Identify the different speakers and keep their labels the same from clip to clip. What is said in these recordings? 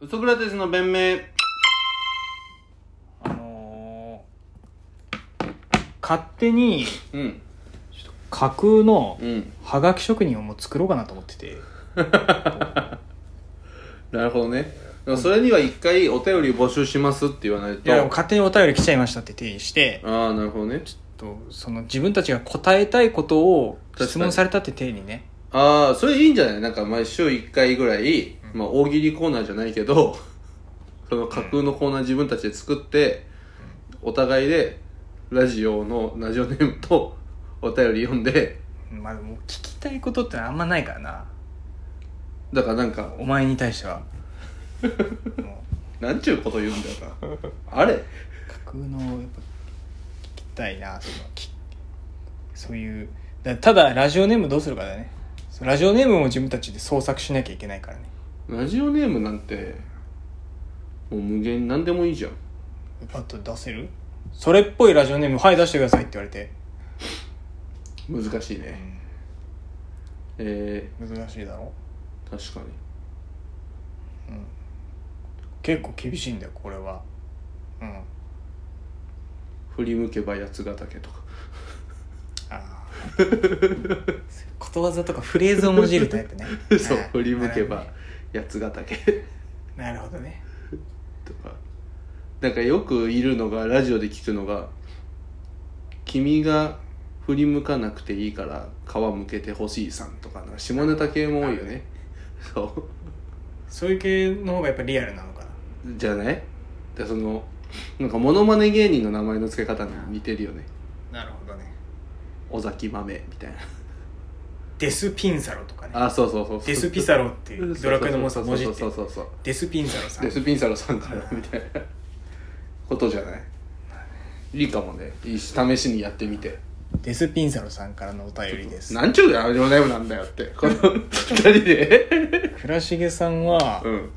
Speaker 1: ウソクラテスの弁明
Speaker 2: あのー勝手に
Speaker 1: うん
Speaker 2: 架空の
Speaker 1: うん
Speaker 2: はがき職人をもう作ろうかなと思ってて
Speaker 1: なるほどねでもそれには一回お便り募集しますって言わない
Speaker 2: い
Speaker 1: と
Speaker 2: やでも
Speaker 1: あ
Speaker 2: 勝手にお便り来ちゃいましたって提示して
Speaker 1: あーなるほどね
Speaker 2: とその自分たちが答えたいことを
Speaker 1: かに
Speaker 2: 質問されたって体にね
Speaker 1: ああそれいいんじゃないなんか毎週1回ぐらい、まあ、大喜利コーナーじゃないけど その架空のコーナー自分たちで作って、お互いでラジオのラジオネームとお便り読んで
Speaker 2: まあでも聞きたいことってのはあんまないからな
Speaker 1: だからなんか
Speaker 2: お前に対して はも
Speaker 1: なんちゅうこと言うんだよ なあれ
Speaker 2: う架空のやっぱ聞きたいなそのきそういうだただラジオネームどうするかだよねそうラジオネームも自分たちで創作しなきゃいけないからね
Speaker 1: ラジオネームなんてもう無限何でもいいじゃん
Speaker 2: パッと出せるそれっぽいラジオネームはい出してくださいって言われて、
Speaker 1: 難しいねえ
Speaker 2: 難しいだろ
Speaker 1: ー、確かに
Speaker 2: 結構厳しいんだよこれはうん
Speaker 1: 振り向けば八ヶ岳とか
Speaker 2: あ ーことわざとかフレーズをもじるタイプね
Speaker 1: そう
Speaker 2: あー
Speaker 1: 振り向けば八ヶ岳
Speaker 2: なるほどね
Speaker 1: とかなんかよくいるのがラジオで聞くのが「君が振り向かなくていいから皮むけてほしいさん」とかなんか下ネタ系も多いよねそう
Speaker 2: そういう系の方がやっぱリアルなのかな
Speaker 1: じゃないでそのなんかモノマネ芸人の名前の付け方に似てるよね
Speaker 2: なるほどね
Speaker 1: 尾崎豆みたいな
Speaker 2: デスピンサロとかね
Speaker 1: あそうそうそうそう
Speaker 2: デスピサロっていうドラクエのモンスターをもじっ
Speaker 1: そう
Speaker 2: て
Speaker 1: そうそうそう
Speaker 2: デスピンサロさん
Speaker 1: デスピンサロさんからみたいなことじゃないいいかもねいいし試しにやってみて
Speaker 2: デスピンサロさんからのお便りです
Speaker 1: なんちゅうラジオネームなんだよってこの二人で
Speaker 2: 倉重さんは、
Speaker 1: うん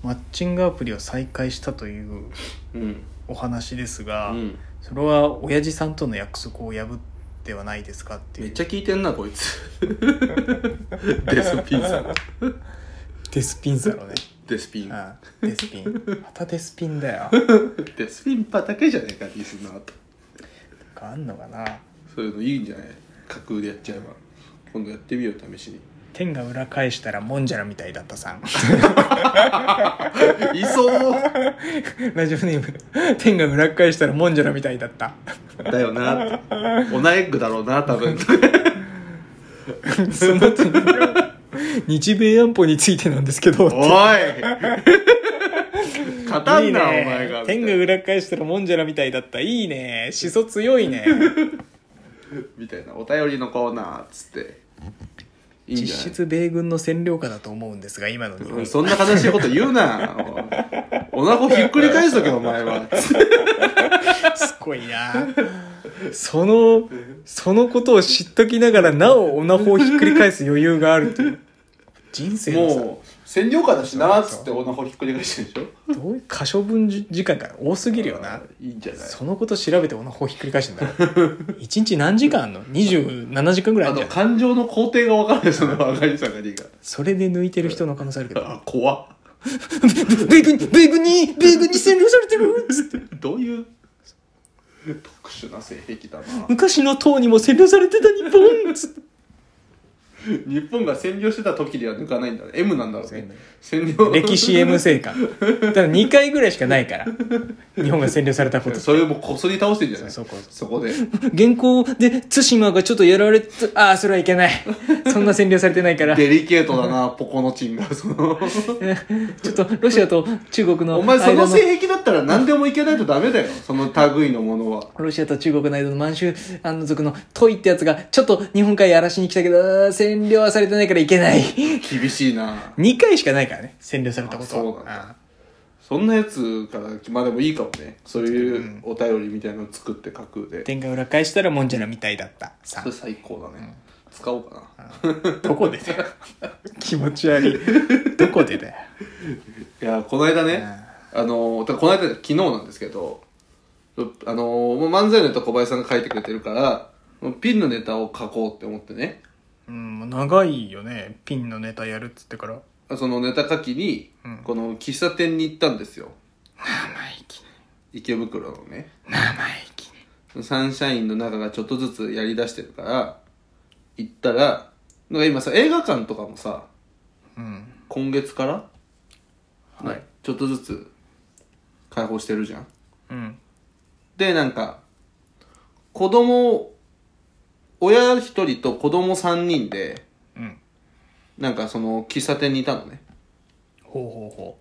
Speaker 2: マッチングアプリを再開したという
Speaker 1: うん
Speaker 2: お話です
Speaker 1: う
Speaker 2: が、
Speaker 1: ん
Speaker 2: それは親父さんとの約束を破ってはないですかって
Speaker 1: め
Speaker 2: い
Speaker 1: っ
Speaker 2: う
Speaker 1: ちゃ聞いてんなこい つデスピンサロ
Speaker 2: デスピンサロね
Speaker 1: デスピン
Speaker 2: ああデスピ ンまたデスピンだよ
Speaker 1: デスピンパだけじゃねえかリスナーと
Speaker 2: なんかあんのかな
Speaker 1: そういうのいいんじゃない架空でやっちゃえば今度やってみよう試しに
Speaker 2: 天が裏返したらもんじゃらみたいだったさん
Speaker 1: いそう
Speaker 2: ラジオネーム天が裏返したらもんじゃらみたいだった
Speaker 1: だよなってオナエッグだろうな多分
Speaker 2: その後に日米安保についてなんですけど
Speaker 1: おい 勝たんなお前が
Speaker 2: 天が裏返したらもんじゃらみたいだったいいね思想強いね
Speaker 1: みたいなお便りのコーナーっつっていいんじゃ
Speaker 2: 実質米軍の占領下だと思うんですが今の日
Speaker 1: ない
Speaker 2: 本
Speaker 1: そんな悲しいこと言うなおなこひっくり返すとけお前 は
Speaker 2: すごいなそのそのことを知っときながらなおオナホをひっくり返す余裕があるという人生のさ
Speaker 1: もう占領下だしなっつっておなこひっくり返してるでしょ
Speaker 2: どういう可処分時間が多すぎるよない
Speaker 1: いんじゃない
Speaker 2: そのこと調べてオナホをひっくり返してんだろ一日何時間あんの27時間ぐらい
Speaker 1: あ
Speaker 2: あんじ
Speaker 1: の
Speaker 2: ゃん
Speaker 1: 感情の工程が分からないその上がり下がりが
Speaker 2: それで抜いてる人の可能性あるけど
Speaker 1: あ怖っ
Speaker 2: 米軍に米軍に米軍に占領されてるっつって
Speaker 1: どういう特殊な性癖 だな
Speaker 2: 昔の党にも占領されてた日本っつって
Speaker 1: 日本が占領してた時では抜かないんだね M なんだろうね占領
Speaker 2: 歴史 M 成果だから2回ぐらいしかないから日本が占領されたこと
Speaker 1: それもこすり倒してんじゃない
Speaker 2: そうそうそう
Speaker 1: そ こで
Speaker 2: 現行で対馬がちょっとやられてああそれはいけないそんな占領されてないから
Speaker 1: デリケートだなポコのチンが その
Speaker 2: えちょっとロシアと中国の
Speaker 1: お前そ
Speaker 2: 間
Speaker 1: の
Speaker 2: の
Speaker 1: 性癖だったら何でもいけないとダメだよその類のものは
Speaker 2: ロシアと中国の間の満州安族のトイってやつがちょっと日本海荒らしに来たけど占領はされてないからいけない
Speaker 1: 厳しいな
Speaker 2: 2回しかないからね占領されたこと
Speaker 1: あ
Speaker 2: は
Speaker 1: そうなんだ
Speaker 2: ああ
Speaker 1: そんなやつからまあでもいいかもねそういうお便りみたいなの作って書くで
Speaker 2: 天下裏返したらもんじゃらみたいだったさ
Speaker 1: それ最高だね使おうかな
Speaker 2: どこでだよ 気持ち悪いどこでだよ
Speaker 1: いやこの間ねあのだからこの間昨日なんですけどあのもう漫才のネタ小林さんが書いてくれてるからもうピンのネタを書こうって思ってね
Speaker 2: うん長いよねピンのネタやるっつってから
Speaker 1: そのネタ書きに、
Speaker 2: うん
Speaker 1: この喫茶店に行ったんですよ
Speaker 2: 生意気ね
Speaker 1: 池袋のね
Speaker 2: 生意気ね
Speaker 1: サンシャインの中がちょっとずつやりだしてるから行ったらなんか今さ映画館とかもさ
Speaker 2: うん
Speaker 1: 今月から、はい、ちょっとずつ開放してるじゃん
Speaker 2: うん
Speaker 1: でなんか子供親1人と子供3人で
Speaker 2: うん
Speaker 1: なんかその喫茶店にいたのね
Speaker 2: ほうほうほ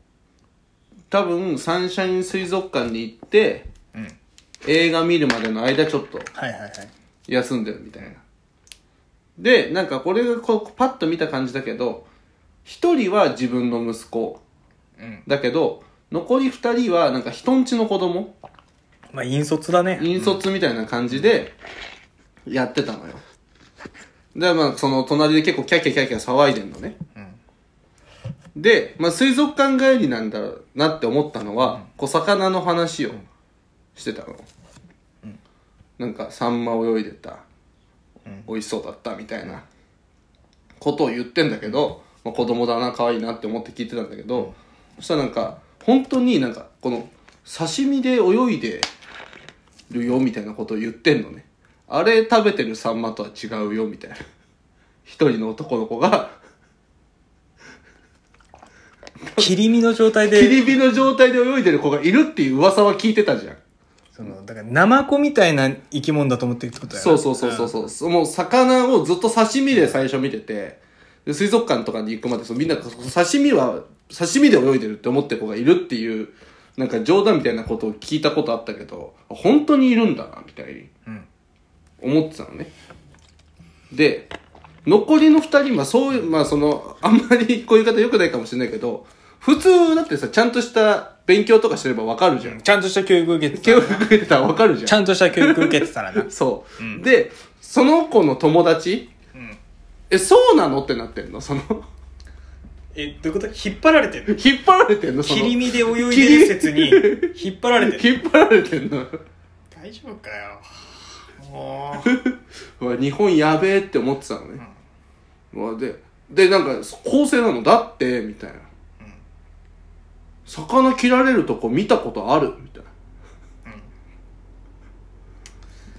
Speaker 1: 多分サンシャイン水族館に行って
Speaker 2: ううん
Speaker 1: 映画見るまでの間ちょっと
Speaker 2: はいはいはい
Speaker 1: 休んでるみたいなでなんかこれがこうパッと見た感じだけど1人は自分の息子
Speaker 2: うん
Speaker 1: だけど残り2人はなんか人んちの子供
Speaker 2: まあ引率だね
Speaker 1: 引率みたいな感じでやってたのよでまあその隣で結構キャキャキャキャ騒いでんのね、で、まあ、水族館帰りなんだろうなって思ったのは、こう魚の話をしてたの、なんかサンマ泳いでた、美味しそうだったみたいなことを言ってんだけど、まあ、子供だな可愛いなって思って聞いてたんだけど、そしたらなんか本当になんかこの刺身で泳いでるよみたいなことを言ってんのねあれ食べてるサンマとは違うよみたいな一人の男の子が
Speaker 2: 切り身の状態
Speaker 1: 切
Speaker 2: で
Speaker 1: り身の状態で泳いでる子がいるっていう噂は聞いてたじゃん
Speaker 2: そのだからナマコみたいな生き物だと思ってるってことだよ
Speaker 1: そうそうそうそうそ
Speaker 2: う
Speaker 1: うその魚をずっと刺身で最初見ててで水族館とかに行くまでそうみんなが刺身は刺身で泳いでるって思ってる子がいるっていうなんか冗談みたいなことを聞いたことあったけど本当にいるんだなみたいに
Speaker 2: うん
Speaker 1: 思ってたのねで残りの2人はそういうまあそのあんまり こういう言い方良くないかもしれないけど普通だってさちゃんとした勉強とかしてれば分かるじゃん
Speaker 2: ちゃんとした教育受けて
Speaker 1: 手
Speaker 2: た
Speaker 1: をくれてたら分かるじ
Speaker 2: ち
Speaker 1: ゃん
Speaker 2: ゃんとした教育受けてたら な
Speaker 1: そう、でその子の友達、
Speaker 2: ん
Speaker 1: えそうなのってなってんのその
Speaker 2: えどういうこと引っ張られてる
Speaker 1: 引っ張られてんのその
Speaker 2: 切り身で泳いでる説に引っ張られてる
Speaker 1: 引っ張られてんの
Speaker 2: 大丈夫かよも
Speaker 1: うわ日本やべえって思ってたのね、うわででなんか構成なのだってみたいな、魚切られるとこ見たことあるみたい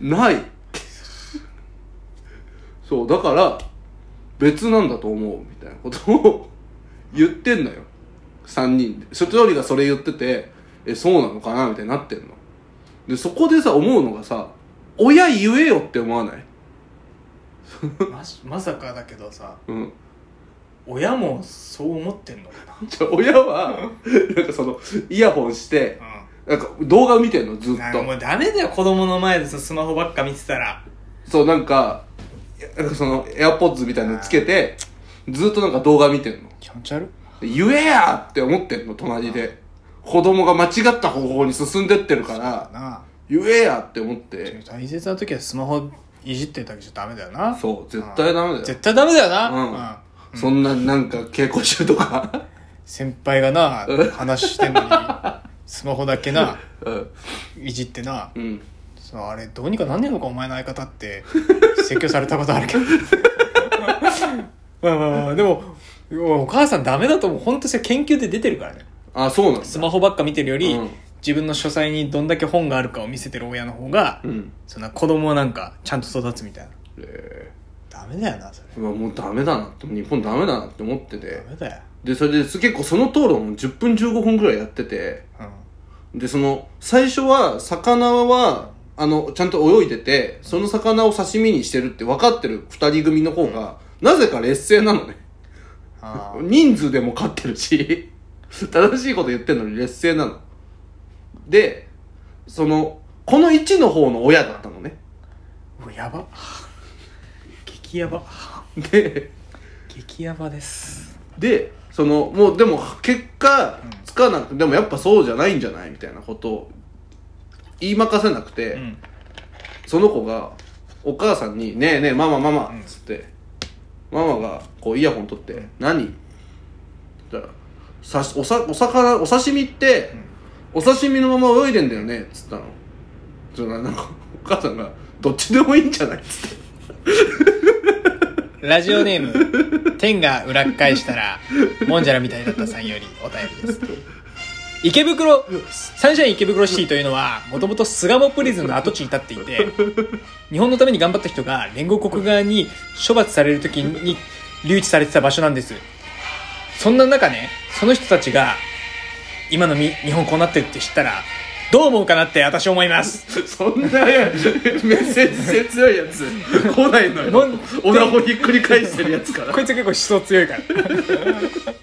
Speaker 1: な、ないそうだから別なんだと思うみたいなことを 言ってんのよ3人で一人がそれ言っててえそうなのかなみたいになってんのでそこでさ思うのがさ親言えよって思わないう
Speaker 2: ましまさかだけどさ
Speaker 1: うん
Speaker 2: 親もそう思ってんのか
Speaker 1: じゃあ親は、なんかその、イヤホンして、
Speaker 2: な
Speaker 1: なんか動画見てんの、ずっ
Speaker 2: なんかも
Speaker 1: と。
Speaker 2: うダメだよ子供の前でさスマホばっか見てたら
Speaker 1: そう、なんか、いやなんかその、エアポッズみたいなのつけて、ずっとなんか動画見てんの。
Speaker 2: 気持ち悪
Speaker 1: 言えやって思ってんの、隣で。子供が間違った方向に進んでってるから、
Speaker 2: な
Speaker 1: 言えやって思って。
Speaker 2: 大切な時はスマホいじってるだけじゃダメだよな
Speaker 1: そう、絶対ダメだよ
Speaker 2: 絶。対ダメだよ
Speaker 1: うん
Speaker 2: な、
Speaker 1: そんな、なんか、稽古中とか、
Speaker 2: 先輩がな話してんのにスマホだけな
Speaker 1: うん。
Speaker 2: いじってな
Speaker 1: うん。
Speaker 2: そうあれどうにかなんねえのかお前の相方って説教されたことあるけどまあまあまあでもお母さんダメだと思う本当それ研究で出てるからね
Speaker 1: あ、そうなんだ。
Speaker 2: スマホばっか見てるより、
Speaker 1: うん
Speaker 2: 自分の書斎にどんだけ本があるかを見せてる親の方が、
Speaker 1: うん。
Speaker 2: そんな子供なんかちゃんと育つみたいな
Speaker 1: え
Speaker 2: ダメだよなそれ
Speaker 1: ーうわもうダメだなって、日本ダメだなって思ってて。
Speaker 2: ダメだよ、
Speaker 1: でそれで結構その討論を10分15分ぐらいやっててでその最初は魚はあのちゃんと泳いでてその魚を刺身にしてるって分かってる2人組の方が、なぜか劣勢なのね
Speaker 2: あー
Speaker 1: 人数でも勝ってるし正しいこと言ってんのに劣勢なのでそのこの1の方の親だったのね
Speaker 2: うわやば激ヤバ
Speaker 1: で
Speaker 2: 激ヤバです
Speaker 1: でそのもうでも結果つかなくでもやっぱそうじゃないんじゃないみたいなことを言いまかせなくて、
Speaker 2: うん
Speaker 1: その子がお母さんに「ねえねえママママ」
Speaker 2: うん
Speaker 1: っつって、ママがこうイヤホン取って「
Speaker 2: うん
Speaker 1: 何?」って言ったらさしおさお魚お刺身って、お刺身のまま泳いでんだよね」っつったのそしたらなんかお母さんが「どっちでもいいんじゃない?」っつって
Speaker 2: ラジオネーム天が裏っ返したらもんじゃらみたいだったさんよりお便りです池袋サンシャイン池袋シティというのはもともと巣鴨プリズンの跡地に立っていて日本のために頑張った人が連合国側に処罰される時に留置されてた場所なんですそんな中ねその人たちが今のみ日本こうなってるって知ったらどう思うかなって私思います
Speaker 1: そんなやメッセージ性強いやつ来ないの
Speaker 2: も
Speaker 1: よ
Speaker 2: ん
Speaker 1: オナホひっくり返してるやつから
Speaker 2: こいつ結構思想強いから